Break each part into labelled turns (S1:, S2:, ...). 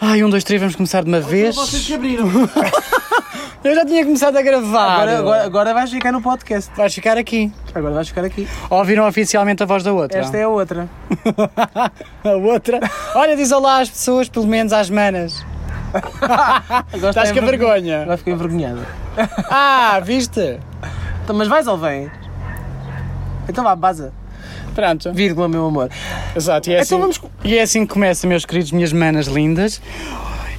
S1: Ai, um, dois, três, vamos começar de uma vez.
S2: Então Vocês que abriram.
S1: Eu já tinha começado a gravar.
S2: Ah, Agora, agora, agora vais ficar no podcast.
S1: Vais ficar aqui.
S2: Agora vais ficar aqui.
S1: Ouviram oficialmente a voz da outra?
S2: Esta é a outra.
S1: a outra. Olha, diz olá às pessoas, pelo menos às manas.
S2: Agora
S1: Estás
S2: está
S1: com
S2: envergon-
S1: vergonha.
S2: Agora fiquei envergonhada.
S1: Ah, viste?
S2: Então, mas vais ou vem? Então vá, baza.
S1: Pronto.
S2: Vírgula, meu amor.
S1: Exato, e é, assim,
S2: Então vamos co-
S1: e é assim que começa, meus queridos, minhas manas lindas.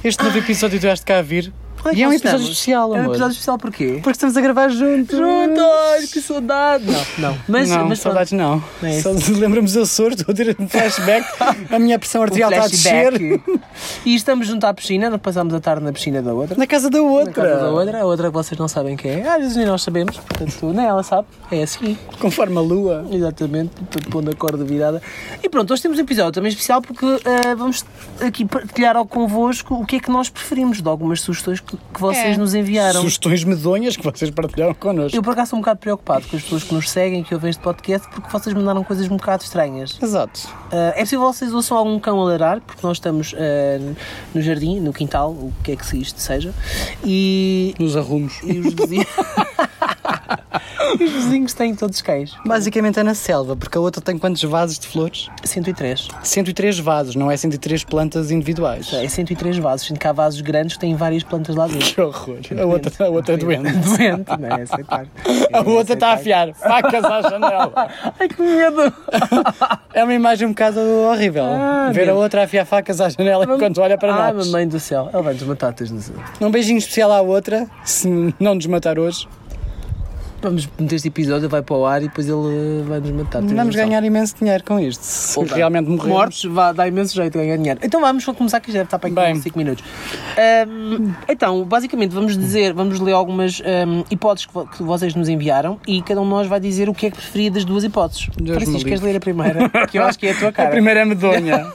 S1: Este novo episódio do Este Cá a Vir.
S2: Onde
S1: E é um
S2: nós
S1: episódio
S2: estamos?
S1: especial, amor.
S2: É um episódio especial porquê?
S1: Porque estamos a gravar juntos.
S2: Juntos, que saudade! Não, não. Mas,
S1: não,
S2: mas
S1: saudades não.
S2: Não é
S1: Só lembramos eu sou, estou a ter um flashback, a minha pressão
S2: pronto,
S1: arterial
S2: um
S1: está a descer.
S2: flashback. E estamos junto à piscina, não passámos a tarde na piscina da outra.
S1: Na casa da
S2: Na
S1: outra.
S2: casa da outra, a outra que vocês não sabem quem é. Às vezes nem nós sabemos, portanto, nem ela sabe. É assim.
S1: Conforme a lua.
S2: Exatamente, portanto, pondo a corda virada. E pronto, hoje temos um episódio também especial porque ah, vamos aqui partilhar ao convosco o que é que nós preferimos de algumas sugestões que, que
S1: É.
S2: vocês nos enviaram.
S1: Sugestões medonhas que vocês partilharam connosco.
S2: Eu por acaso estou um bocado preocupado com as pessoas que nos seguem, que ouvem este podcast, porque vocês mandaram coisas um bocado estranhas.
S1: Exato.
S2: Ah, é possível que vocês ouçam algum cão a larar, porque nós estamos ah, no jardim, no quintal, o que é que isto seja, e,
S1: Nos arrumos.
S2: e os vizinhos. e os vizinhos têm todos cães.
S1: Basicamente é na selva, porque a outra tem quantos vasos de flores?
S2: 103.
S1: 103 vasos, não é 103 plantas individuais.
S2: É 103 vasos, sendo que há vasos grandes que têm várias plantas lá dentro.
S1: Que horror. A outra, a outra é doente.
S2: Doente, não é? Aceitar.
S1: A outra tá- está a afiar facas à janela.
S2: Ai que medo!
S1: É uma imagem um bocado horrível.
S2: Ah,
S1: Ver a
S2: meu.
S1: outra a afiar facas à janela enquanto olha para
S2: Ai,
S1: nós.
S2: mamãe do céu, ela vai-nos matar todos nos outros.
S1: Um beijinho especial à outra, se não nos matar hoje.
S2: Vamos meter este episódio, vai para o ar e depois ele eh, vai-nos matar. tens
S1: Vamos
S2: noção.
S1: ganhar imenso dinheiro com isto. Se
S2: Ou dá.
S1: realmente morrermos.
S2: Mortos, vá, dá imenso jeito ganhar dinheiro. Então vamos, vamos começar que já deve estar para
S1: Bem.
S2: aqui 5 minutos. Ahm, então, basicamente, vamos dizer, vamos ler algumas ahm, hipóteses que, vo- que vocês nos enviaram e cada um de nós vai dizer o que é que preferia das duas hipóteses.
S1: Deus me
S2: Francisco,
S1: livre.
S2: queres ler a primeira? que eu acho que é a tua cara.
S1: A primeira é medonha.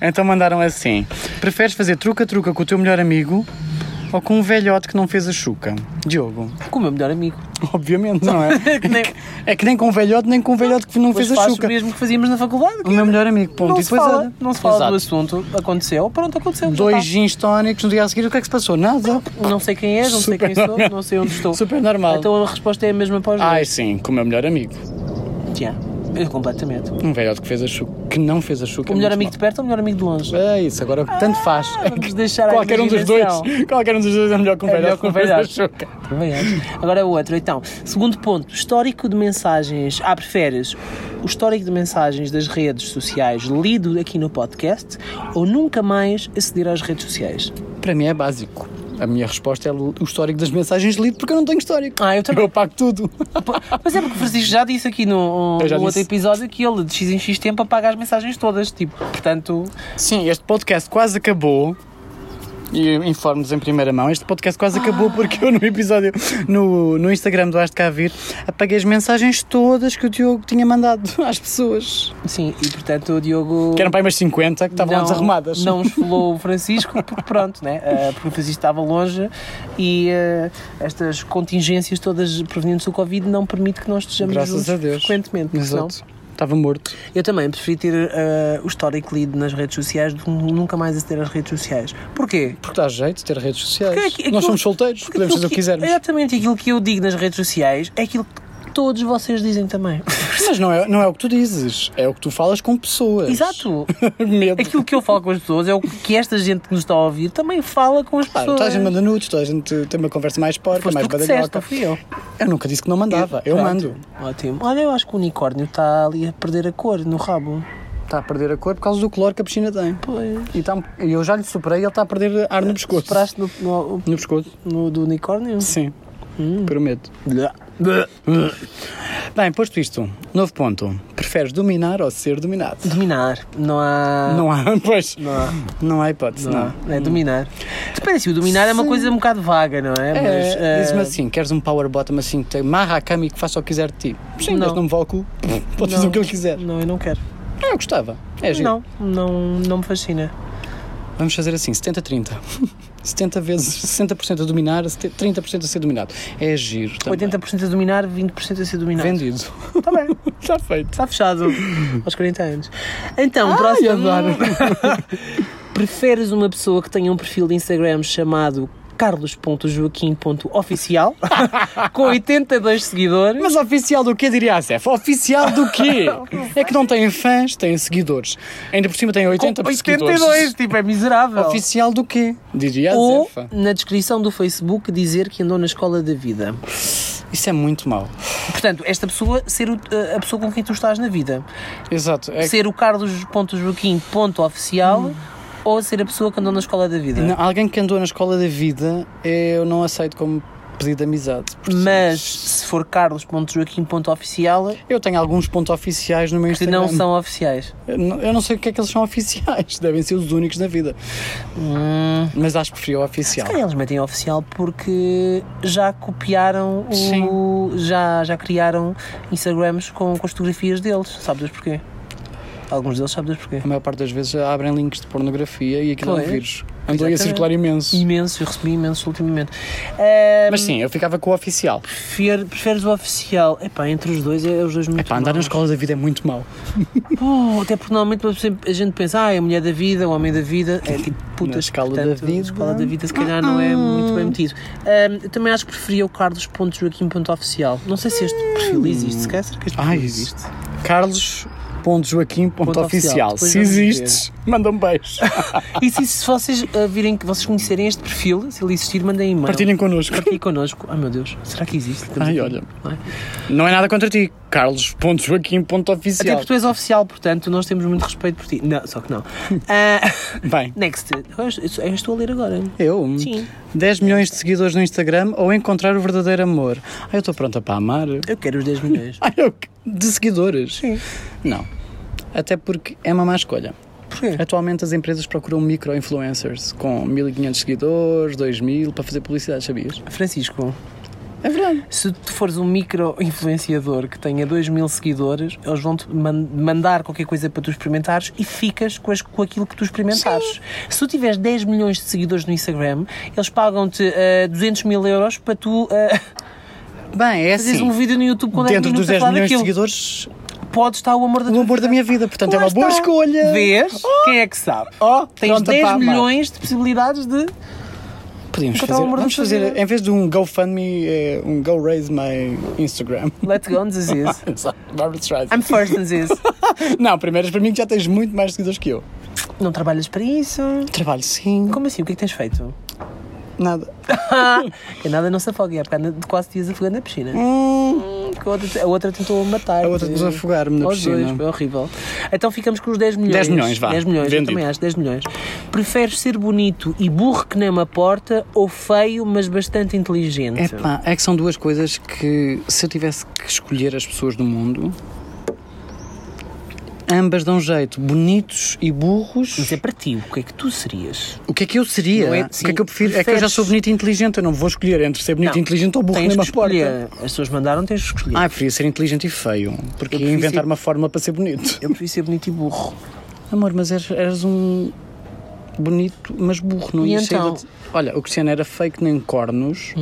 S1: então mandaram assim: preferes fazer truca-truca com o teu melhor amigo ou com um velhote que não fez a chuca? Diogo.
S2: Com o meu melhor amigo.
S1: Obviamente, não é?
S2: Que nem-
S1: É que nem com um velhote, nem com um velhote que não
S2: Depois
S1: fez a
S2: faço
S1: chuca.
S2: o mesmo que fazíamos na faculdade.
S1: O meu melhor amigo, ponto.
S2: Não
S1: e
S2: se,
S1: depois
S2: fala,
S1: olha.
S2: não se fala
S1: Exato.
S2: do assunto, aconteceu, pronto, aconteceu. já
S1: Dois gins tónicos no dia a seguir, o que é que se passou? Nada.
S2: está. Não sei quem és, não sei
S1: Super
S2: quem sou,
S1: normal.
S2: não sei onde estou.
S1: Super normal. Ah.
S2: Então a resposta é a mesma para os
S1: Ai,
S2: dois.
S1: sim, com o meu melhor amigo.
S2: Já, eu completamente.
S1: Um velhote que fez a chuca, que não fez a chuca.
S2: O
S1: é
S2: melhor amigo
S1: muito
S2: de perto ou o melhor amigo de longe?
S1: mau. É isso, agora tanto faz. É
S2: vamos
S1: que
S2: deixar à
S1: qualquer um dos dois,
S2: imaginação.
S1: qualquer um dos dois é melhor que um
S2: É melhor
S1: velhote
S2: que um
S1: que não fez a
S2: velhote.
S1: chuca.
S2: Também acho. Agora o outro, então. Segundo ponto, histórico de mensagens. Ah, preferes o histórico de mensagens das redes sociais lido aqui no podcast ou nunca mais aceder às redes sociais?
S1: Para mim é básico. A minha resposta é o histórico das mensagens lido, porque eu não tenho histórico.
S2: Ah, eu também.
S1: Eu pago tudo.
S2: Mas é porque o Francisco já disse aqui no, um,
S1: Eu já
S2: no outro
S1: disse.
S2: episódio que ele de X em X tempo apaga as mensagens todas, tipo, portanto.
S1: Sim, este podcast quase acabou. E informo-vos em primeira mão, este podcast quase acabou porque eu no episódio, no, no Instagram do Arte Cá Vir, apaguei as mensagens todas que o Diogo tinha mandado às pessoas.
S2: Sim, e portanto o Diogo.
S1: Que eram para aí umas 50 que estavam lá
S2: não-
S1: desarrumadas.
S2: Não esfolou o Francisco, porque pronto, né? Ah, porque o Francisco estava longe e ah, estas contingências todas provenientes do Covid não permite que nós estejamos
S1: Graças
S2: juntos
S1: a Deus.
S2: frequentemente. porque senão-
S1: Exato. Estava morto.
S2: Eu também preferi ter ah, o histórico lido nas redes sociais do que nunca mais aceder às redes sociais. Porquê?
S1: Porque dá jeito de ter redes sociais.
S2: Porque é que- é que
S1: Nós
S2: eu-
S1: somos solteiros,
S2: Porque
S1: podemos fazer
S2: aquilo
S1: o que quisermos.
S2: Exatamente, aquilo que eu digo nas redes sociais é aquilo que todos vocês dizem também.
S1: Mas não é, não é o que tu dizes, é o que tu falas com pessoas.
S2: Exato.
S1: Medo.
S2: Aquilo que eu falo com as pessoas é o que esta gente que nos está a ouvir também fala com as
S1: Claro,
S2: pessoas.
S1: toda a gente manda nudes, toda a gente tem uma conversa mais porca,
S2: Foste
S1: mais
S2: tu que disseste,
S1: badalhoca.
S2: não fui eu.
S1: Eu nunca disse que não mandava, eu
S2: Pronto.
S1: mando.
S2: Ótimo. Olha, eu acho que o unicórnio está ali a perder a cor no rabo.
S1: Está a perder a cor por causa do cloro que a piscina tem.
S2: Pois.
S1: E tá- e eu já lhe superei, ele está a perder ar no pescoço.
S2: Esperaste no, no,
S1: No pescoço?
S2: no do unicórnio?
S1: Sim.
S2: Hum.
S1: Prometo. Bem, posto isto, novo ponto. Preferes dominar ou ser dominado?
S2: Dominar. Não há.
S1: Não há, pois.
S2: Não há.
S1: Não há hipótese,
S2: Ah. Não,
S1: não.
S2: há. é dominar. Depende se o dominar é uma
S1: Sim.
S2: coisa um bocado vaga, não é? Mas,
S1: É,
S2: eh,
S1: Diz-me assim, queres um power bottom assim, que te amarra a cama e que faça o que quiser de ti? Sim,
S2: Não.
S1: mas não me vale o cu. Pode fazer
S2: não.
S1: o que ele quiser.
S2: Não, eu não quero.
S1: Ah, eu gostava. É giro.
S2: Não, não, não me fascina.
S1: Vamos fazer assim, 70-30. 70 vezes, 60% a dominar, 70 30% a ser dominado. É giro também.
S2: 80% a dominar, 20% a ser dominado.
S1: Vendido.
S2: Está bem,
S1: Está feito.
S2: está fechado. aos 40 anos. Então,
S1: Ai,
S2: próximo.
S1: adoro.
S2: Preferes uma pessoa que tenha um perfil de Instagram chamado carlos.joaquim.oficial com 82 seguidores
S1: Mas oficial do quê, diria a Zef? Oficial do quê? é que não tem fãs, tem seguidores. Ainda por cima tem 80
S2: com
S1: seguidores.
S2: 82, tipo, é miserável.
S1: Oficial do quê? Diria a
S2: Ou
S1: Zefa.
S2: na descrição do Facebook dizer que andou na escola da vida.
S1: Isso é muito mau.
S2: Portanto, esta pessoa ser o- eh, a pessoa com quem tu estás na vida.
S1: Exato. É que- Hum.
S2: Ser o carlos.joaquim.oficial ou ser a pessoa que andou na escola da vida.
S1: Não, alguém que andou na escola da vida, eu não aceito como pedido de amizade. Por isso,
S2: Mas se for carlos.joaquim.oficial,
S1: Eu tenho alguns pontos oficiais no meu
S2: que
S1: Instagram.
S2: não são oficiais.
S1: Eu não- eu não sei o que é que eles são oficiais. Devem ser os únicos na vida.
S2: Hum.
S1: Mas acho que prefiro o oficial.
S2: Eles metem oficial porque já copiaram o. Já, já criaram Instagrams com, com as fotografias deles. Sabe Deus porquê? Alguns deles sabem Deus porquê.
S1: A maior parte das vezes abrem links de pornografia e aquilo é um
S2: Pois.
S1: vírus. Andou aí a
S2: Exatamente.
S1: circular imenso.
S2: Imenso, eu recebi imenso ultimamente. Ahm,
S1: Mas sim, eu ficava com o oficial.
S2: prefer- preferes o oficial? Epá, entre os dois é os dois muito.
S1: Pá, andar na
S2: maus.
S1: escola da vida é muito mau.
S2: Pô, até porque normalmente a gente pensa, ah, é a mulher da vida, o homem da vida, é tipo putas.
S1: Na escala da
S2: portanto,
S1: vida.
S2: A escola da vida se calhar não é muito bem metido. Ahm, eu também acho que preferia o carlos.joaquim.oficial. Não sei se este
S1: Hum.
S2: perfil existe, se calhar será que este perfil
S1: Ah,
S2: existe.
S1: Carlos. Ponto Joaquim, ponto,
S2: Ponto
S1: oficial.
S2: oficial. Depois
S1: Se
S2: vamos ver.
S1: existes, manda um beijo.
S2: E se, se vocês ah, virem que vocês conhecerem este perfil, se ele existir, mandem e-mail.
S1: Partilhem connosco.
S2: Partilhem connosco. Ai meu Deus, será que existe? Estamos
S1: Ai,
S2: aqui,
S1: olha.
S2: não é?
S1: Não é nada contra ti. Carlos. Ponto Joaquim, ponto
S2: Até
S1: oficial.
S2: porque tu és oficial, portanto, nós temos muito respeito por ti. Não, só que não. Ah,
S1: Bem,
S2: next. Eu, estou- eu estou a ler agora.
S1: eu.
S2: Sim.
S1: 10 milhões de seguidores no Instagram ou encontrar o verdadeiro amor. Ai, eu estou pronta para amar.
S2: Eu quero os 10 milhões.
S1: Ai, eu... De seguidores?
S2: Sim.
S1: Não. Até porque é uma má escolha.
S2: Porquê?
S1: Atualmente as empresas procuram micro-influencers com 1.500 seguidores, 2.000 para fazer publicidade, sabias?
S2: Francisco,
S1: É verdade.
S2: se tu fores um micro-influenciador que tenha 2 mil seguidores, eles vão-te man- mandar qualquer coisa para tu experimentares e ficas com, as- com aquilo que tu experimentares. Se tu tiveres 10 milhões de seguidores no Instagram, eles pagam-te eh, 200 mil euros para tu eh,
S1: Bem, é
S2: fazeres um
S1: assim.
S2: vídeo no YouTube com 10
S1: Dentro dos
S2: minutos
S1: 10
S2: a falar
S1: milhões de
S2: daquilo.
S1: seguidores,
S2: Podes estar o amor da
S1: o
S2: tua
S1: amor da minha vida. Portanto, é
S2: Lá
S1: uma boa
S2: está.
S1: escolha.
S2: Vês? Quem é que sabe?
S1: Oh,
S2: Tens
S1: pronta
S2: 10
S1: para amar.
S2: milhões de possibilidades de.
S1: Oh, Podíamos fazer,
S2: Encontrar Então, o amor da
S1: vamos
S2: tua
S1: fazer,
S2: vida.
S1: em vez de um GoFundMe, é um Go Raise My Instagram.
S2: Let's go, Ziz.
S1: Exato. Barbra Streisand.
S2: I'm first, Ziz.
S1: Não, primeiras para mim que já tens muito mais seguidores que eu.
S2: Não trabalhas para isso?
S1: Trabalho sim,
S2: Como assim? O que é que tens feito?
S1: nada.
S2: Que nada não se afogue, é porque anda de quase dias afogando na piscina. Hum, Que a, outra, a outra tentou matar.
S1: Hum. A outra tentou afogar-me na
S2: Aos
S1: piscina.
S2: Dois, foi horrível. Então ficamos com os 10 milhões.
S1: 10 milhões, vá.
S2: 10 milhões,
S1: Vendido.
S2: eu também acho, 10 milhões. Preferes ser bonito e burro que nem uma porta ou feio, mas bastante inteligente?
S1: Epá, é que são duas coisas que se eu tivesse que escolher as pessoas do mundo, ambas dão jeito. Bonitos e burros.
S2: Mas é para ti, o que é que tu serias?
S1: O que é que eu seria?
S2: Não é-
S1: o que é
S2: sim,
S1: que eu prefiro? É que eu já sou bonito e inteligente, eu não vou escolher entre ser bonito
S2: Não,
S1: e inteligente ou burro na
S2: tens que
S1: mesma porta.
S2: escolher. As pessoas mandaram, tens que escolher.
S1: Ah, eu preferia ser inteligente e feio, porque
S2: Eu
S1: ia
S2: prefiro
S1: inventar
S2: ser-
S1: uma fórmula para ser bonito.
S2: Eu prefiro ser bonito e burro.
S1: Amor, mas eras, eras um bonito, mas burro, não
S2: E
S1: ia sair
S2: então? Uhum.
S1: da- Olha, o Cristiano era fake nem cornos,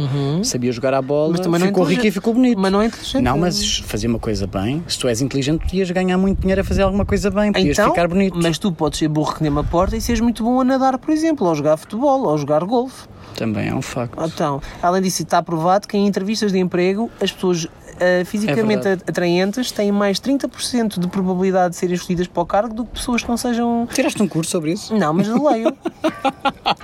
S1: sabia jogar à bola,
S2: Mas também não é
S1: ficou rico e
S2: inteligente.
S1: ficou bonito.
S2: Mas não é inteligente.
S1: Não, mas fazia uma coisa bem. Se tu és inteligente, podias ganhar muito dinheiro a fazer alguma coisa bem, podias
S2: Então,
S1: ficar bonito.
S2: mas tu podes ser burro que nem uma porta e seres muito bom a nadar, por exemplo, ou a jogar futebol, ou a jogar golfe.
S1: Também é um facto.
S2: Então, além disso, está provado que em entrevistas de emprego as pessoas ah, fisicamente
S1: É verdade.
S2: atraentes têm mais 30% de probabilidade de serem escolhidas para o cargo do que pessoas que não sejam.
S1: Tiraste um curso sobre isso?
S2: Não, mas eu leio.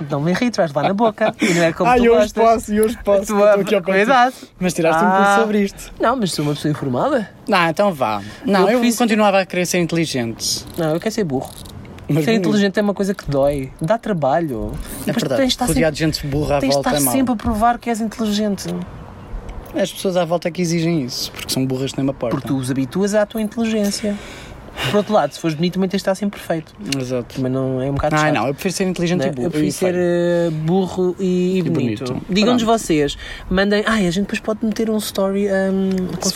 S2: não me rir, vais lá na boca. E não é como
S1: ah,
S2: tu
S1: eu hoje
S2: gostas.
S1: posso, eu hoje posso.
S2: Tu
S1: que eu estou aqui ao pé de ti.
S2: verdade.
S1: Mas tiraste um curso
S2: Ah.
S1: sobre isto.
S2: Não, mas sou uma pessoa informada.
S1: Não, então vá. Não,
S2: Eu
S1: eu,
S2: prefiro-
S1: continuava a querer ser inteligente.
S2: Não, eu quero ser burro.
S1: Mas
S2: ser
S1: bonito.
S2: inteligente é uma coisa que dói, dá trabalho.
S1: É
S2: Mas tu
S1: verdade,
S2: tens de estar
S1: rodeado
S2: sempre,
S1: de gente burra à
S2: tens de
S1: volta
S2: estar
S1: é mau.
S2: sempre a provar que és inteligente.
S1: As pessoas à volta é que exigem isso, porque são burras nem uma porta.
S2: Porque tu os habituas à tua inteligência. Por outro lado, se fores bonito, também tens de estar sempre perfeito.
S1: Exato.
S2: Mas não é um bocado
S1: Ah,
S2: chato.
S1: não, eu prefiro ser inteligente
S2: né?
S1: e burro.
S2: Eu prefiro
S1: e
S2: ser
S1: feio.
S2: eh, burro e, e bonito.
S1: bonito.
S2: Digam-nos
S1: Pronto.
S2: vocês, mandem. Ai, a gente depois pode meter um story hum, com
S1: Se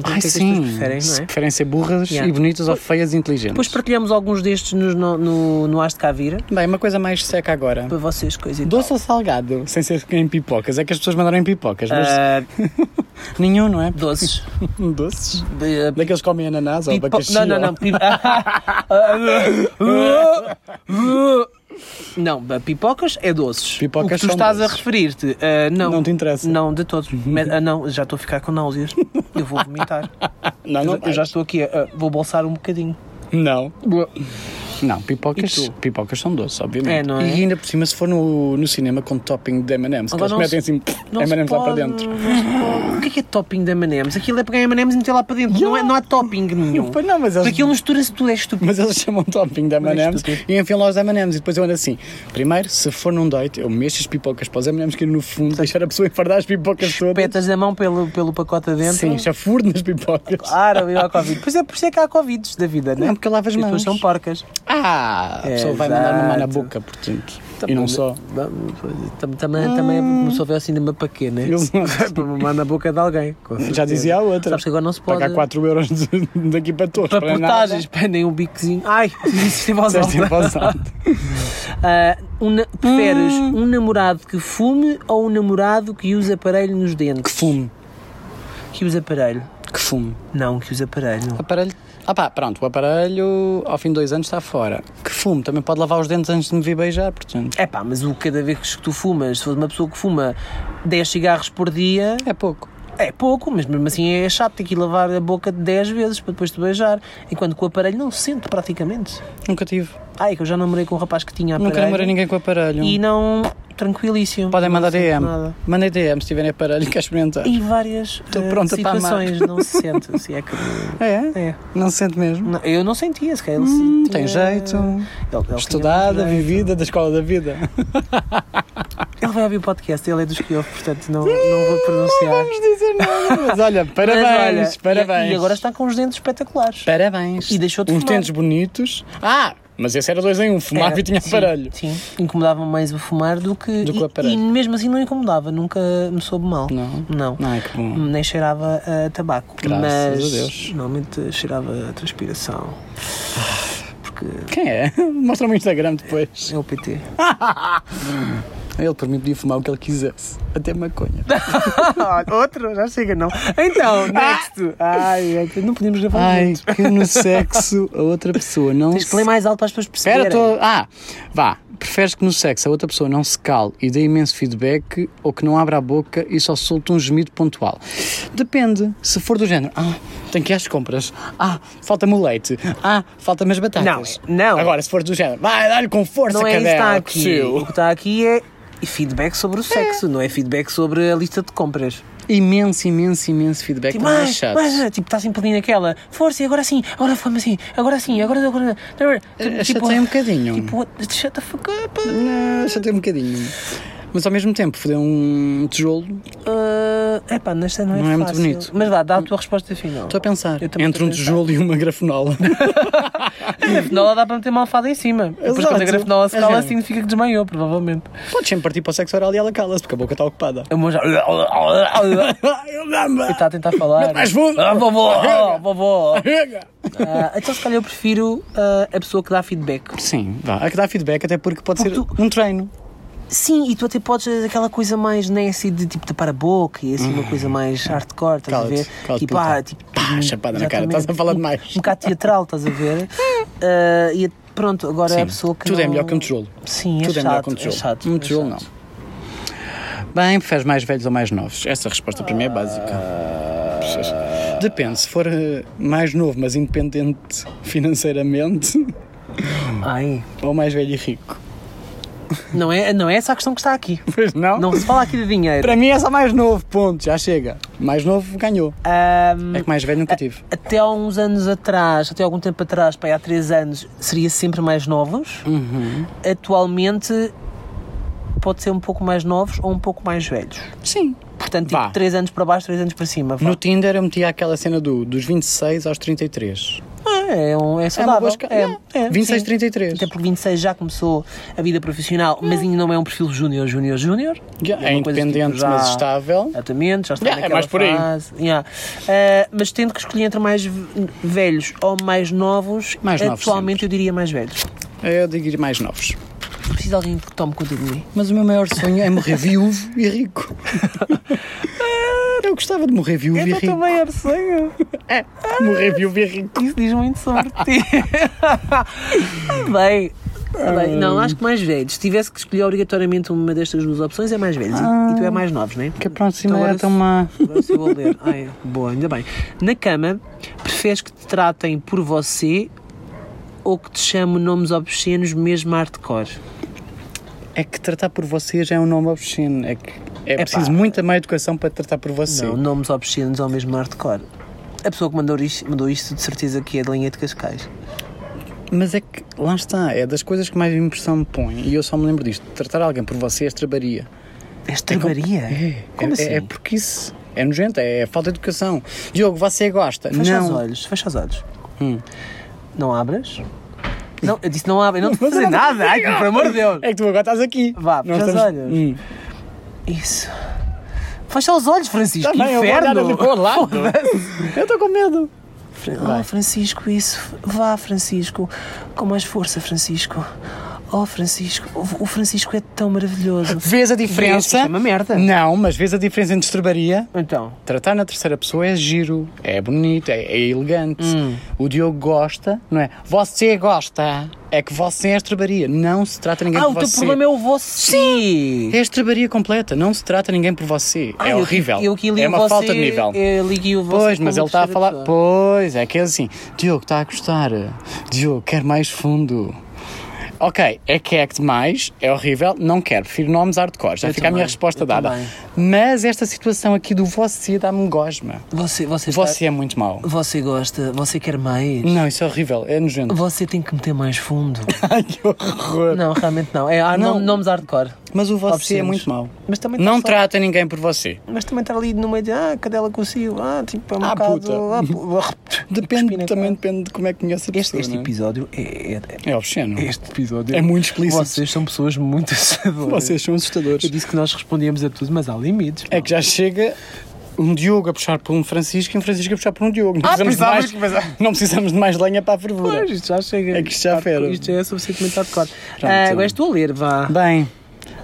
S1: preferem.
S2: porque
S1: Ai,
S2: é que as
S1: sim.
S2: pessoas preferem, não
S1: Se
S2: é?
S1: preferem ser burras
S2: Yeah.
S1: e bonitas ou feias e inteligentes.
S2: Depois partilhamos alguns destes no, no, no, no As de Cá Vira,
S1: Bem, uma coisa mais seca agora.
S2: para vocês, coisa e tal.
S1: Doce ou salgado? Sem ser em pipocas. É que as pessoas mandaram em pipocas, mas
S2: Ah,
S1: nenhum, não é?
S2: doces.
S1: Doces?
S2: Eh,
S1: Daqueles que comem ananás ou
S2: Pipo-
S1: abacaxi.
S2: Não, não,
S1: ou-
S2: não. pipo- Não, b- pipocas é doces.
S1: Pipocas
S2: o que tu
S1: são
S2: estás
S1: doces.
S2: a referir-te, ah, não.
S1: Não te interessa.
S2: Não, de todo. Mas, ah, não, já estou a ficar com náuseas. Eu vou vomitar.
S1: Não,
S2: Eu
S1: não
S2: já- eu já
S1: vais.
S2: estou aqui, ah, vou bolsar um bocadinho.
S1: Não. Não,
S2: E
S1: pipocas,
S2: tu?
S1: pipocas são doces, obviamente.
S2: É, não é?
S1: E ainda por cima, se for no, no cinema com topping de M&M's, que
S2: Agora
S1: eles
S2: não se-
S1: metem assim
S2: Não se
S1: M&M's lá para
S2: pode,
S1: dentro.
S2: não se pode. O que é que é topping de M&M's? Aquilo é pegar M&M's e meter lá para dentro. Não, é, não há topping nenhum.
S1: Pois não, mas eles-
S2: Aquilo mistura-se tudo, é estúpido.
S1: Mas eles chamam topping de M&M's
S2: estúpido.
S1: e enfiam lá os M&M's e depois eu ando assim. Primeiro, se for num date, eu mexo as pipocas para os M&M's que no fundo deixar a pessoa enfardar as pipocas todas.
S2: Petas da mão pelo, pelo pacote adentro.
S1: Sim, chafurdo nas pipocas.
S2: Claro, viu a Covid. Pois é, por isso é que há Covids da vida, Ah, não é?
S1: Não, porque lava as
S2: As pessoas
S1: mãos.
S2: são porcas.
S1: Ah, a pessoa vai mandar uma mão na
S2: Exato. Então,
S1: boca, portanto. E não só.
S2: Tam- Também,
S1: Ah.
S2: também é começou a ver o cinema para quê, né?
S1: Eles não-
S2: Para mamar na boca de alguém. com certeza.
S1: Já dizia a outra.
S2: Sabes que agora não se pode.
S1: Pagar 4 euros de- daqui para todos.
S2: Para
S1: nada.
S2: portagens, pendem um biquezinho. Ai, isso tipo esteve aos
S1: Disseste em voz alta.
S2: Ah, Preferes um namorado que fume ou um namorado que usa aparelho nos
S1: Que
S2: dentes?
S1: fume,
S2: Que usa aparelho?
S1: que fume.
S2: Não, que usa aparelho.
S1: Aparelho. Ah pá, pronto, o aparelho ao fim de dois anos está fora. Que fume, também pode lavar os dentes antes de me vir beijar, portanto.
S2: É pá, mas o cada vez que tu fumas, se for uma pessoa que fuma 10 cigarros por dia,
S1: É pouco.
S2: É pouco, mas mesmo assim é chato ter que ir lavar a boca 10 vezes para depois te beijar. Enquanto com o aparelho não se sente praticamente.
S1: Nunca tive.
S2: Ai, que eu já namorei com um rapaz que tinha aparelho.
S1: Nunca namorei ninguém com aparelho.
S2: E não. tranquilíssimo.
S1: Podem
S2: não
S1: mandar
S2: sente
S1: DM.
S2: nada.
S1: Mandem DM se tiverem aparelho, quer experimentar.
S2: E várias
S1: Estou
S2: eh,
S1: pronta para amar.
S2: situações não se sente. Se é que.
S1: É?
S2: É.
S1: Não se sente mesmo?
S2: Não, eu não sentia, se calhar ele sentia-
S1: Hum, Tem jeito.
S2: Ele- ele tinha
S1: Estudada,
S2: muito jeito.
S1: vivida, da escola da vida.
S2: Ele vai ouvir o podcast, ele é dos que ouve, portanto não, não vou pronunciar.
S1: Vamos dizer nada, mas olha, Hum, parabéns,
S2: Mas olha,
S1: parabéns.
S2: E, e agora está com os dentes espetaculares.
S1: Parabéns.
S2: E deixou de
S1: Uns
S2: fumar.
S1: dentes bonitos. Ah, mas esse era dois em um, fumava
S2: Era,
S1: e tinha
S2: sim,
S1: aparelho.
S2: Sim, incomodava mais o fumar do que.
S1: Do que o
S2: e-
S1: aparelho.
S2: E, mesmo assim não incomodava, nunca me soube mal.
S1: Não?
S2: Não.
S1: Ai, que bom.
S2: Nem cheirava a tabaco.
S1: Graças
S2: mas
S1: a Deus.
S2: normalmente cheirava a transpiração. Porque
S1: Quem é? Mostra-me o Instagram depois.
S2: é o PT.
S1: Ele por mim podia fumar o que ele quisesse. Até maconha.
S2: Outro? Já chega, não. Então, next. Ai, é que não podíamos gravar
S1: Ai,
S2: juntos.
S1: que no sexo a outra pessoa não
S2: Tens que ler mais alto para as pessoas perceberem.
S1: Espera, tô... ah, vá. Preferes que no sexo a outra pessoa não se cale e dê imenso feedback ou que não abra a boca e só solte um gemido pontual? Depende. Se for do género, ah, tenho que ir às compras, ah, falta-me o leite, ah, falta-me as batatas.
S2: Não, não.
S1: Agora, se for do género, vai, dá-lhe com força,
S2: Não é isso que está
S1: cadela,
S2: aqui. O que está aqui é feedback sobre o sexo, não é feedback sobre a lista de compras.
S1: Imenso, imenso, imenso feedback.
S2: Tipo,
S1: também é
S2: mais,
S1: chato.
S2: mais, tipo, está sempre ali naquela força, e agora sim, agora fome assim, agora sim, agora. agora, agora
S1: É, chateia um bocadinho.
S2: Tipo, what- shut the fuck up.
S1: Não, chatei um bocadinho. Mas ao mesmo tempo, foder um tijolo,
S2: Uh, epá, nesta não é
S1: Não é muito
S2: fácil.
S1: bonito.
S2: Mas vá, dá a tua resposta final.
S1: estou a pensar,
S2: Eu também
S1: entre
S2: estou a
S1: um
S2: pensar.
S1: tijolo e uma grafenola.
S2: A grafenola dá para meter uma alfada em cima. Depois
S1: Exato.
S2: quando a grafenola se
S1: É
S2: cala,
S1: género.
S2: significa que desmaiou, provavelmente.
S1: Podes sempre partir para o sexo oral e ela cala-se, porque a boca está ocupada.
S2: A mão já. Ele está a tentar falar.
S1: Mete mais fundo.
S2: Ah, vovó, vovó. Ah, então, se calhar, eu prefiro ah, a pessoa que dá feedback.
S1: Sim, vá. Há que dar feedback, até porque pode
S2: Porque
S1: ser um treino.
S2: Sim, e tu até podes fazer aquela coisa mais nasty de tipo tapar a boca e assim uma coisa mais hardcore, estás
S1: Uhum. Cala-te,
S2: a ver?
S1: cala-te,
S2: tipo,
S1: puta.
S2: ah, tipo,
S1: Pá, chapada na cara,
S2: exatamente.
S1: estás a falar
S2: Um-
S1: demais.
S2: Um bocado teatral, estás a ver? Ah, e pronto, agora é a pessoa que.
S1: tudo é
S2: não-
S1: melhor que um tijolo.
S2: Sim, é
S1: Tudo
S2: chato.
S1: é melhor que um
S2: é
S1: tijolo.
S2: chato,
S1: um
S2: é
S1: tijolo
S2: chato.
S1: não. Bem, preferes mais velhos ou mais novos? Essa resposta para mim é básica. Depende, se for eh, mais novo, mas independente financeiramente,
S2: Ai,
S1: ou mais velho e rico.
S2: não é, não é essa a questão que está aqui.
S1: Pois não?
S2: Não se fala aqui de dinheiro.
S1: Para mim é só mais novo, ponto, já chega. Mais novo ganhou.
S2: Ah,
S1: É que mais velho nunca tive.
S2: até há uns anos atrás, até algum tempo atrás, pá, há três anos, seria sempre mais novos.
S1: Uhum.
S2: Atualmente pode ser um pouco mais novos ou um pouco mais velhos.
S1: Sim.
S2: Portanto,
S1: Vá.
S2: tipo, 3 anos para baixo, 3 anos para cima. vá.
S1: No Tinder eu metia aquela cena do, dos 26 aos 33.
S2: Ah, é, um, é
S1: É Tipo, uma
S2: saudável.
S1: boa escala. Não,
S2: é,
S1: 26,
S2: sim.
S1: 33.
S2: Até porque 26 já começou a vida profissional, mas ainda não é um perfil júnior, júnior, júnior.
S1: Yeah, é
S2: uma coisa tipo,
S1: independente,
S2: já-
S1: mas estável.
S2: Exatamente, já está
S1: Yeah, é
S2: naquela
S1: mais por aí.
S2: fase. Yeah. Ah, mas tendo que escolher entre mais v- velhos ou mais novos,
S1: Mais novos
S2: atualmente eu diria mais velhos.
S1: Eu digo ir mais novos.
S2: Preciso de alguém que tome conta de mim.
S1: Mas o meu maior sonho é morrer viúvo e rico. eu gostava de morrer viúvo e rico.
S2: também era sonho.
S1: Morrer viúvo e rico.
S2: Isso diz muito sobre ti. Tá Bem, Tá bem. Não, acho que mais velhos. Se tivesse que escolher obrigatoriamente uma destas duas opções, é mais velhos. E- E,
S1: Ah.
S2: tu é mais novos, não é?
S1: Que a próxima
S2: Então
S1: é
S2: agora
S1: tão má.
S2: Agora se eu vou ler. Ai, boa, ainda bem. Na cama, preferes que te tratem por você ou que te chamem nomes obscenos, mesmo hardcore?
S1: É que tratar por você já é um nome obsceno. É, que é preciso muita má educação para tratar por você.
S2: Não, nomes obscenos ou mesmo hardcore. A pessoa que mandou isto, mandou isto de certeza que é de linha de Cascais.
S1: Mas é que, lá está, é das coisas que mais impressão me põe. E eu só me lembro disto. Tratar alguém por você é estrabaria.
S2: Esta barbaria?
S1: É, é,
S2: Como assim?
S1: é, porque isso é nojento, é, falta de educação. Diogo, você gosta?
S2: Fecha os
S1: não.
S2: olhos, fecha os olhos. Hum. Não abras. Não, eu disse não abras, não te vou fazer nada. Ai, que, por amor de Deus.
S1: É que tu agora estás aqui.
S2: Vá,
S1: Nós
S2: fecha os
S1: estamos-
S2: olhos.
S1: Hum.
S2: Isso. Fecha os olhos, Francisco.
S1: Tá bem, eu vou olhar
S2: inferno.
S1: ali para o lado. Eu estou com medo.
S2: Oh, Francisco, isso. Vá, Francisco. Com mais força, Francisco. Oh, Francisco. O o Francisco é tão maravilhoso.
S1: Vês a
S2: Vês que
S1: diferença?
S2: isto é uma merda.
S1: Não, mas vês a diferença entre estrebaria?
S2: Então,
S1: Tratar na terceira pessoa é giro, é bonito, é, é elegante.
S2: Hum.
S1: O Diogo gosta, não é? Você gosta. É que você é estrebaria. Não se trata ninguém
S2: Ah,
S1: por
S2: o teu
S1: você.
S2: problema é o você. Sim.
S1: É a estrebaria completa. Não se trata ninguém por você. é horrível.
S2: Eu, que li
S1: é uma
S2: você,
S1: falta de nível.
S2: Eu liguei o você
S1: Pois,
S2: como
S1: mas ele está a
S2: terceira
S1: falar.
S2: pessoa.
S1: Pois, é que é assim. Diogo, está a gostar. Diogo, quer mais fundo. Ok, é que é que demais, é horrível, não quero, prefiro nomes hardcore, já
S2: Eu
S1: fica a minha
S2: também,
S1: resposta
S2: eu
S1: dada.
S2: também.
S1: Mas esta situação aqui do você dá-me gosma.
S2: Você, você, está-
S1: Você é muito mau.
S2: você gosta, você quer mais.
S1: Não, isso é horrível, é nojento.
S2: Você tem que meter mais fundo.
S1: Ai, que horror.
S2: não, realmente não. É, há
S1: Não.
S2: nom- nomes hardcore.
S1: Mas o você é
S2: Obscenos.
S1: muito mau.
S2: Mas também
S1: Não
S2: está só-
S1: trata ninguém por você.
S2: Mas também está ali no meio de ah, cadela consigo, ah, tipo, é um
S1: Ah,
S2: bocado.
S1: puta.
S2: ah, pu- ah,
S1: Depende,
S2: cuspina,
S1: também
S2: cara.
S1: depende de como é que conhece a
S2: Este,
S1: pessoa.
S2: este
S1: não é?
S2: episódio é, é-
S1: É obsceno.
S2: Este episódio
S1: É muito explícito.
S2: Vocês são pessoas muito assustadoras.
S1: Vocês são
S2: Eu
S1: assustadores.
S2: disse que nós respondíamos a tudo, mas há limites.
S1: É que já chega um Diogo a puxar por um Francisco e um Francisco a puxar por um Diogo. Não
S2: Ah,
S1: precisamos, de
S2: pensava
S1: mais,
S2: que pensava-
S1: não precisamos de mais lenha para a fervura.
S2: Pois, isto já chega.
S1: É que isto já fera.
S2: Isto é suficientemente hardcore.
S1: Pronto. então.
S2: Ah, Agora estou a ler, vá.
S1: Bem,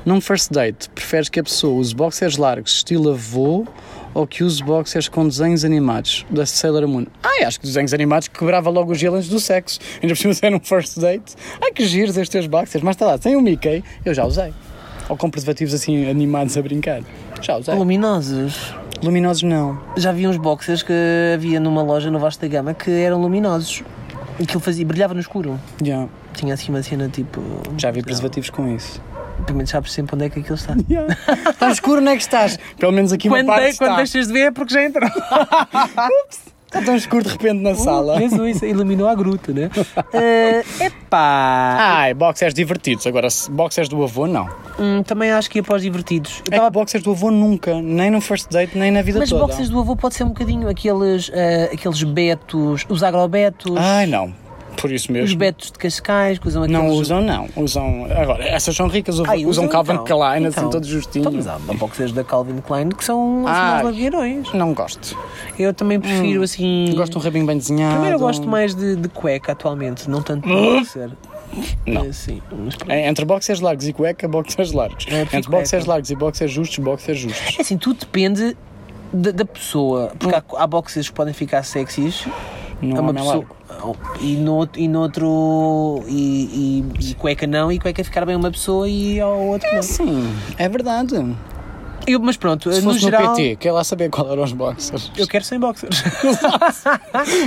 S1: num first date, preferes que a pessoa use boxers largos estilo avô ou que use boxers com desenhos animados da Sailor Moon? Ai, acho que desenhos animados quebrava logo os gelo antes do sexo. Ainda por cima se é num first date. Ai, que giros estes teus boxers. Mas está lá, sem o Mickey, eu já usei. Ou com preservativos assim animados a brincar. Já usei.
S2: Luminosos.
S1: Luminosos não.
S2: Já vi uns boxers que havia numa loja no Vasta Gama que eram luminosos. E que ele fazia, brilhava no escuro.
S1: Já.
S2: Tinha assim uma cena tipo.
S1: Já vi preservativos com isso.
S2: Pelo menos sabes sempre onde é que aquilo está.
S1: Está escuro, onde é que estás? Pelo menos aqui uma
S2: Quando,
S1: parte
S2: de- quando
S1: está.
S2: deixas de ver é porque já entrou.
S1: Está tão escuro de repente
S2: Uh,
S1: na sala.
S2: Jesus, iluminou a gruta, né? Uh, epá!
S1: Ai, boxers divertidos. Agora, se- boxers do avô, não.
S2: Hum, também acho que ia para os divertidos. Eu
S1: É que
S2: tava-
S1: boxers do avô nunca, nem no first date, nem na vida
S2: Mas
S1: toda.
S2: boxers do avô pode ser um bocadinho aqueles, ah, aqueles betos, os agrobetos,
S1: Ai, não. Por isso
S2: os
S1: mesmo.
S2: betos de Cascais que usam aqueles.
S1: Ah. Não usam, não. Usam. Agora, essas são ricas, usam,
S2: Ai,
S1: Ah, usam Calvin
S2: então.
S1: Klein, assim,
S2: Então.
S1: todos justinhos.
S2: Então, mas há boxers da Calvin Klein que são
S1: Ai.
S2: ah, lagueirões.
S1: Não gosto.
S2: Eu também prefiro assim.
S1: Gosto de um rabinho bem desenhado.
S2: Primeiro eu gosto mais de, de cueca atualmente, não tanto de boxer.
S1: Hum? Não.
S2: É Assim, mas pronto.
S1: É, Entre boxers largos e cueca, boxers largos.
S2: É,
S1: Entre
S2: prefiro
S1: boxers
S2: cueca.
S1: largos e boxers justos, boxers justos.
S2: É assim, tudo depende da, da pessoa. Porque há, há boxers que podem ficar sexys. é
S1: Não
S2: há
S1: homem largo.
S2: oh, E no, outro- e no outro. E, e- e cueca não, e cueca é ficar bem a uma pessoa e ao outro não.
S1: Sim, é verdade.
S2: Eu- mas pronto, eh,
S1: Se
S2: no
S1: fosse no,
S2: geral.
S1: PT, quer lá saber qual eram os boxers.
S2: Eu quero sem boxers.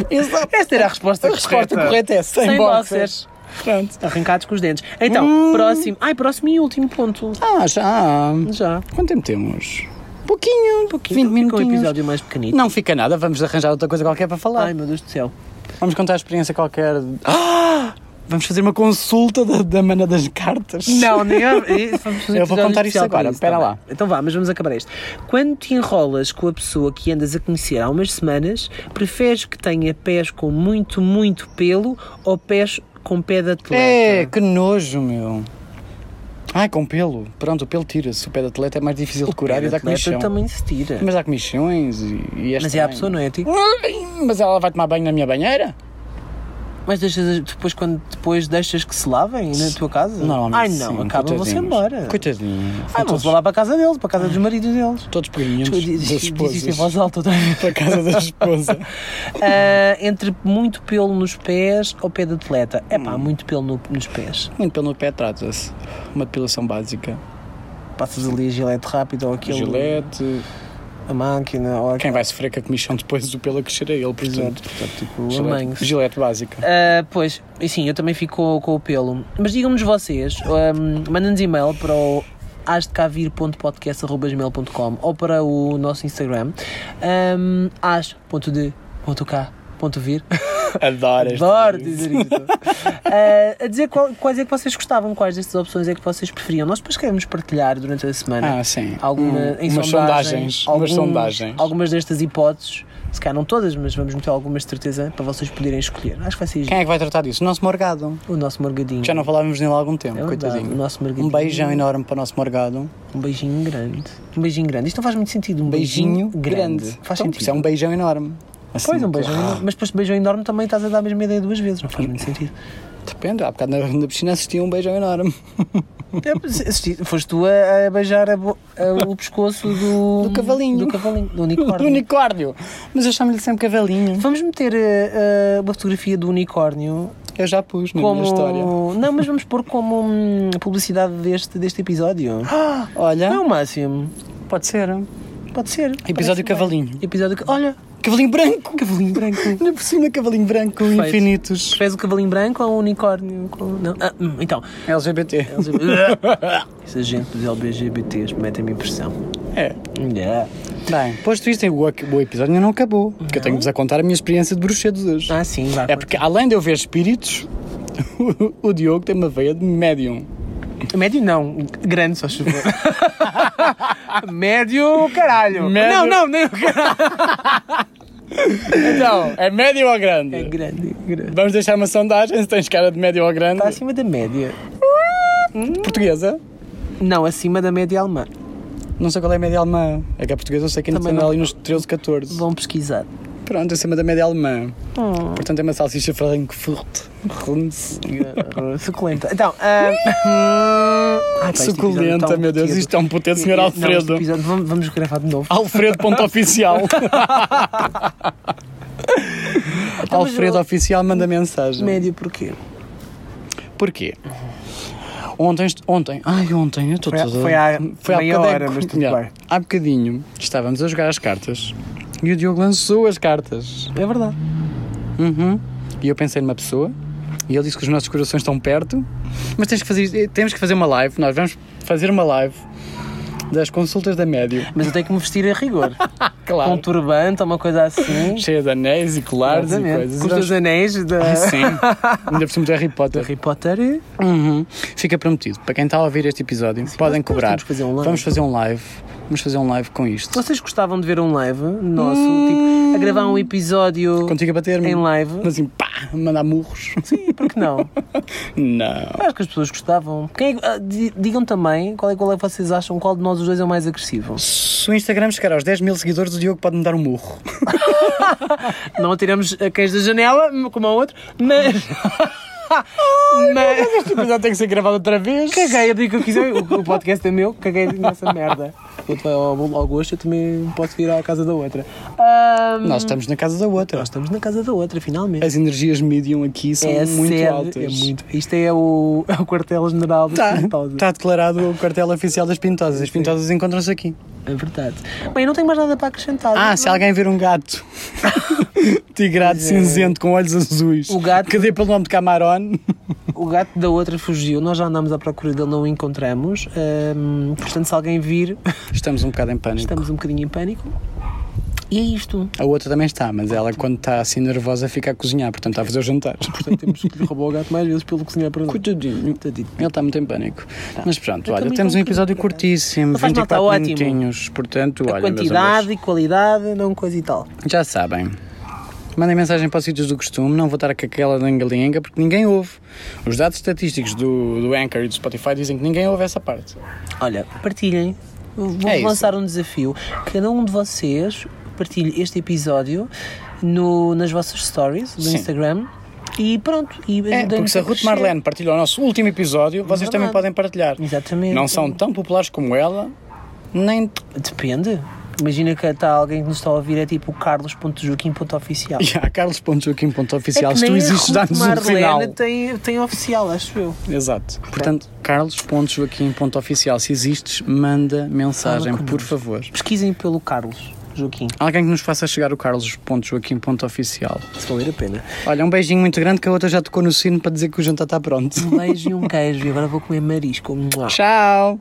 S1: Exato.
S2: Esta era a resposta
S1: A resposta correta é sem,
S2: Sem
S1: boxers. Uh.
S2: boxers.
S1: Pronto.
S2: Arrancados com os dentes. Então, próximo. Ai, próximo e último ponto.
S1: Ah, já.
S2: Já.
S1: Quanto tempo temos? Pouquinho, pouquinho. 20
S2: Com o
S1: minutinhos.
S2: episódio mais pequenito.
S1: Não fica nada, vamos arranjar outra coisa qualquer para falar.
S2: Ai, meu Deus do céu.
S1: Vamos contar a experiência qualquer. Ah! Vamos fazer uma consulta da, da mana das cartas.
S2: Não, nem eu, eu
S1: Eu vou contar isto agora, espera lá.
S2: Então vá, mas vamos acabar isto. Quando te enrolas com a pessoa que andas a conhecer há umas semanas, preferes que tenha pés com muito, muito pelo ou pés com pé de atleta?
S1: É, que nojo, meu. Ai, com pelo. Pronto, o pelo tira-se. O pé de atleta é mais difícil de
S2: Pé
S1: curar
S2: de
S1: e dá
S2: atleta
S1: comichão.
S2: também se tira. Mas,
S1: Mas dá comichões e, e é
S2: é a
S1: estranho.
S2: pessoa, não é? Tipo,
S1: Ai, Mas ela vai tomar banho na minha banheira?
S2: Mas deixas, depois, quando, depois deixas que se lavem na tua casa?
S1: Normalmente
S2: Ai não,
S1: sim,
S2: acabam-se
S1: coitadinhos.
S2: embora.
S1: Coitadinhos.
S2: Ah,
S1: São todos,
S2: vão-se lá para a casa deles, para a casa dos maridos deles.
S1: todos pequeninos
S2: Tu
S1: das
S2: dizes diz isto em
S1: esposas.
S2: voz alta outra vez.
S1: Para a casa da esposa.
S2: Ah, entre muito pelo nos pés ou pé de atleta? É pá, muito pelo no- nos pés.
S1: Muito pelo pé trata-se. Uma depilação básica.
S2: Passas ali a gilete rápido ou aquilo.
S1: Gilete.
S2: A máquina ou
S1: Quem vai sofrer com a comissão depois do pelo a crescer é ele, portanto.
S2: Exato, portanto, tipo, amanhã.
S1: Gilete, gilete básica.
S2: Ah, pois, e sim, eu também fico com, com o pelo. Mas digam-nos vocês, ahm, mandem-nos e-mail para o asdecavir.podcast.gmail.com ou para o nosso Instagram um, as.de.k.vir
S1: Adoro este
S2: Adoro
S1: vídeo.
S2: dizer isto. Ah, a dizer qual- quais é que vocês gostavam, quais destas opções é que vocês preferiam. Nós depois queremos partilhar durante a semana
S1: Ah, sim.
S2: alguma,
S1: Hum,
S2: em
S1: umas
S2: sondagens,
S1: sondagens. Umas sondagens.
S2: algumas destas hipóteses. Se calhar não todas, mas vamos meter algumas de certeza para vocês poderem escolher. Acho que vai ser
S1: Quem é que vai tratar disso? O nosso morgado.
S2: o nosso morgadinho.
S1: Já não falávamos nele há algum tempo,
S2: É verdade,
S1: coitadinho.
S2: o nosso
S1: Um
S2: morgadinho.
S1: beijão enorme para o nosso morgado.
S2: Um beijinho grande. Um beijinho grande. Isto não faz muito sentido. Um
S1: Beijinho
S2: beijinho, grande. Faz
S1: então,
S2: sentido.
S1: isso é um beijão enorme. Assim,
S2: Pois, um beijão enorme. Mas depois de beijão enorme também estás a dar a mesma ideia duas vezes. Não faz muito sentido.
S1: Depende, há bocado na, na piscina assistia um beijão enorme.
S2: É, mas assisti- Foste tu a, a beijar a bo- a- o pescoço do...
S1: Do cavalinho.
S2: Do cavalinho, do unicórnio.
S1: Do unicórnio. Mas eu chamo-lhe sempre cavalinho.
S2: Vamos meter eh, eh, uma fotografia do unicórnio
S1: Eu já pus na
S2: como...
S1: minha história.
S2: Não, mas vamos pôr como hum, publicidade deste, deste episódio.
S1: Olha,
S2: Não, Máximo.
S1: pode ser.
S2: Pode ser.
S1: Episódio
S2: Parece bem.
S1: cavalinho.
S2: Episódio... ca- Olha,
S1: Cavalinho branco.
S2: cavalinho branco.
S1: Ainda por cima, cavalinho branco,
S2: Perfeito.
S1: infinitos.
S2: Prefere o cavalinho branco ou o unicórnio? Com- Não. Ah, hum, então.
S1: LGBT.
S2: Essa gente dos LGBTs metem-me impressão.
S1: É.
S2: Yeah.
S1: Bem, posto isto, o, o episódio ainda não acabou. Porque eu tenho-vos a contar é a minha experiência de bruxedos hoje.
S2: Ah, sim, vá.
S1: É porque além de eu ver espíritos, o Diogo tem uma veia de médium.
S2: Médio não, grande, só chuva. Médio, caralho.
S1: Médio.
S2: Não, não, nem o caralho.
S1: Então, é médio ou grande?
S2: Oh. É grande, grande.
S1: Vamos deixar uma sondagem se tens cara de médio ou grande.
S2: Está acima da média.
S1: Portuguesa?
S2: Não, acima da média alemã.
S1: Não sei qual é a média alemã. É que a portuguesa eu sei que ainda
S2: Também
S1: está
S2: não.
S1: ali nos 13, 14.
S2: Vão pesquisar.
S1: Pronto, acima da média alemã.
S2: Hum.
S1: Portanto, é uma salsicha Frankfurt. Runz.
S2: Suculenta. Então, ah, Ah, pá, este episódio
S1: Suculenta,
S2: está um
S1: meu Deus,
S2: roteiro.
S1: isto é um potente senhor
S2: Não, este
S1: Alfredo.
S2: episódio- Vamos vamos gravar de novo.
S1: Alfredo ponto oficial. Então, Alfredo
S2: eu-
S1: oficial manda mensagem.
S2: Médio porquê?
S1: Porquê? Ontem, est- ontem, ai ontem, eu estou
S2: Foi-
S1: toda...
S2: foi há meia
S1: bocadinho-
S2: hora, mas tudo bem.
S1: Há bocadinho estávamos a jogar as cartas e o Diogo lançou as cartas.
S2: É verdade.
S1: Uhum. E eu pensei numa pessoa e ele disse que os nossos corações estão perto, mas tens que fazer, temos que fazer uma live, nós vamos fazer uma live das consultas da Médio.
S2: Mas eu tenho que me vestir a rigor. Com um
S1: Claro.
S2: turbante ou uma coisa assim.
S1: Cheia de anéis e colares e
S2: Exatamente.
S1: coisas.
S2: Com
S1: E
S2: os teus
S1: vamos-
S2: anéis da
S1: Ah, sim. Ainda por cima do Harry Potter.
S2: Harry Potter.
S1: Uhum. Fica prometido. Para quem está a ouvir este episódio, podem
S2: nós
S1: cobrar.
S2: temos que fazer um live.
S1: Vamos fazer um live. Vamos fazer um live com isto.
S2: Vocês gostavam de ver um live nosso?
S1: Hum.
S2: Tipo, a gravar um episódio
S1: Contigo a bater-me.
S2: em um live?
S1: Mas assim, pá, mandar murros.
S2: Sim, porque não?
S1: Não.
S2: Eu Acho que as pessoas gostavam. Quem é que- ah, di- digam também qual é, qual é que vocês acham, qual de nós os dois é o mais agressivo.
S1: Se o Instagram chegar aos 10 mil seguidores, o Diogo pode-me dar um murro.
S2: Não atiramos a queijo da janela, um como ao outro, mas. mas...
S1: Este episódio tem que ser gravado outra vez.
S2: Caguei, eu digo o que eu quiser, o, o podcast é meu, caguei nessa merda. Outro vai ao, ao gosto, eu também posso vir à casa da outra. Ahm,
S1: Nós estamos na casa da outra.
S2: nós estamos na casa da outra, finalmente.
S1: As energias medium aqui são
S2: é a
S1: muito
S2: sede,
S1: altas.
S2: é muito- Isto é o, é o quartel-general dos
S1: Tá,
S2: Pintosas.
S1: tá declarado o quartel oficial das Pintosas. As Pintosas encontram-se aqui.
S2: É verdade. Bem, eu não tenho mais nada para acrescentar.
S1: Ah, se alguém ver um gato tigrado cinzento com olhos azuis,
S2: é. O gato-
S1: que dê pelo nome de Camarón,
S2: O gato da outra fugiu, nós já andámos à procura dele, não o encontramos. Ahm, portanto, se alguém vir,
S1: estamos um bocado em pânico.
S2: estamos um bocadinho em pânico. E é isto.
S1: A outra também está, mas ela quando está assim nervosa fica a cozinhar, portanto está a fazer o jantar.
S2: Portanto, temos que lhe roubar o gato mais vezes pelo cozinhar para nós.
S1: Coitadinho.
S2: Coitadinho.
S1: Ele está muito em pânico. Mas pronto,
S2: Tá. Eu
S1: olha,
S2: também
S1: temos
S2: estou
S1: um
S2: um bocadinho
S1: episódio
S2: em pânico.
S1: curtíssimo,
S2: Não faz mal,
S1: 24
S2: está ótimo.
S1: minutinhos. Portanto,
S2: A
S1: olha, meus
S2: quantidade e qualidade, não coisa e tal.
S1: amores, já sabem. Mandem mensagem para os sítios do costume, não vou estar com aquela lenga-lenga porque ninguém ouve. Os dados estatísticos do, do Anchor e do Spotify dizem que ninguém ouve essa parte.
S2: Olha, partilhem. Vou
S1: É isso.
S2: lançar um desafio. Cada um de vocês partilhe este episódio no- nas vossas stories do
S1: Sim.
S2: Instagram. E pronto, e
S1: É, porque
S2: ajudem-nos
S1: se a
S2: a
S1: Ruth
S2: crescer. É
S1: Marlene partilhou o nosso último episódio, vocês também
S2: verdade.
S1: podem partilhar.
S2: Exatamente.
S1: Não são tão populares como ela, nem.
S2: Depende. Imagina que está alguém que nos está a ouvir, é tipo o carlos.joaquim.oficial.
S1: E há carlos.joaquim.oficial,
S2: É que
S1: se tu
S2: nem a
S1: existes,
S2: Ruth
S1: dá-nos um
S2: Marlene
S1: final.
S2: Tem, tem oficial, acho eu.
S1: Exato. Portanto, carlos.joaquim.oficial, se existes, manda mensagem,
S2: Fala
S1: por
S2: connosco.
S1: favor.
S2: Pesquisem pelo Carlos Joaquim.
S1: Alguém que nos faça chegar o carlos.joaquim.oficial.
S2: Se valer a pena.
S1: Olha, um beijinho muito grande que a outra já tocou no sino para dizer que o jantar está tá pronto.
S2: Um beijo e um queijo. E agora vou comer marisco. Mua.
S1: Tchau!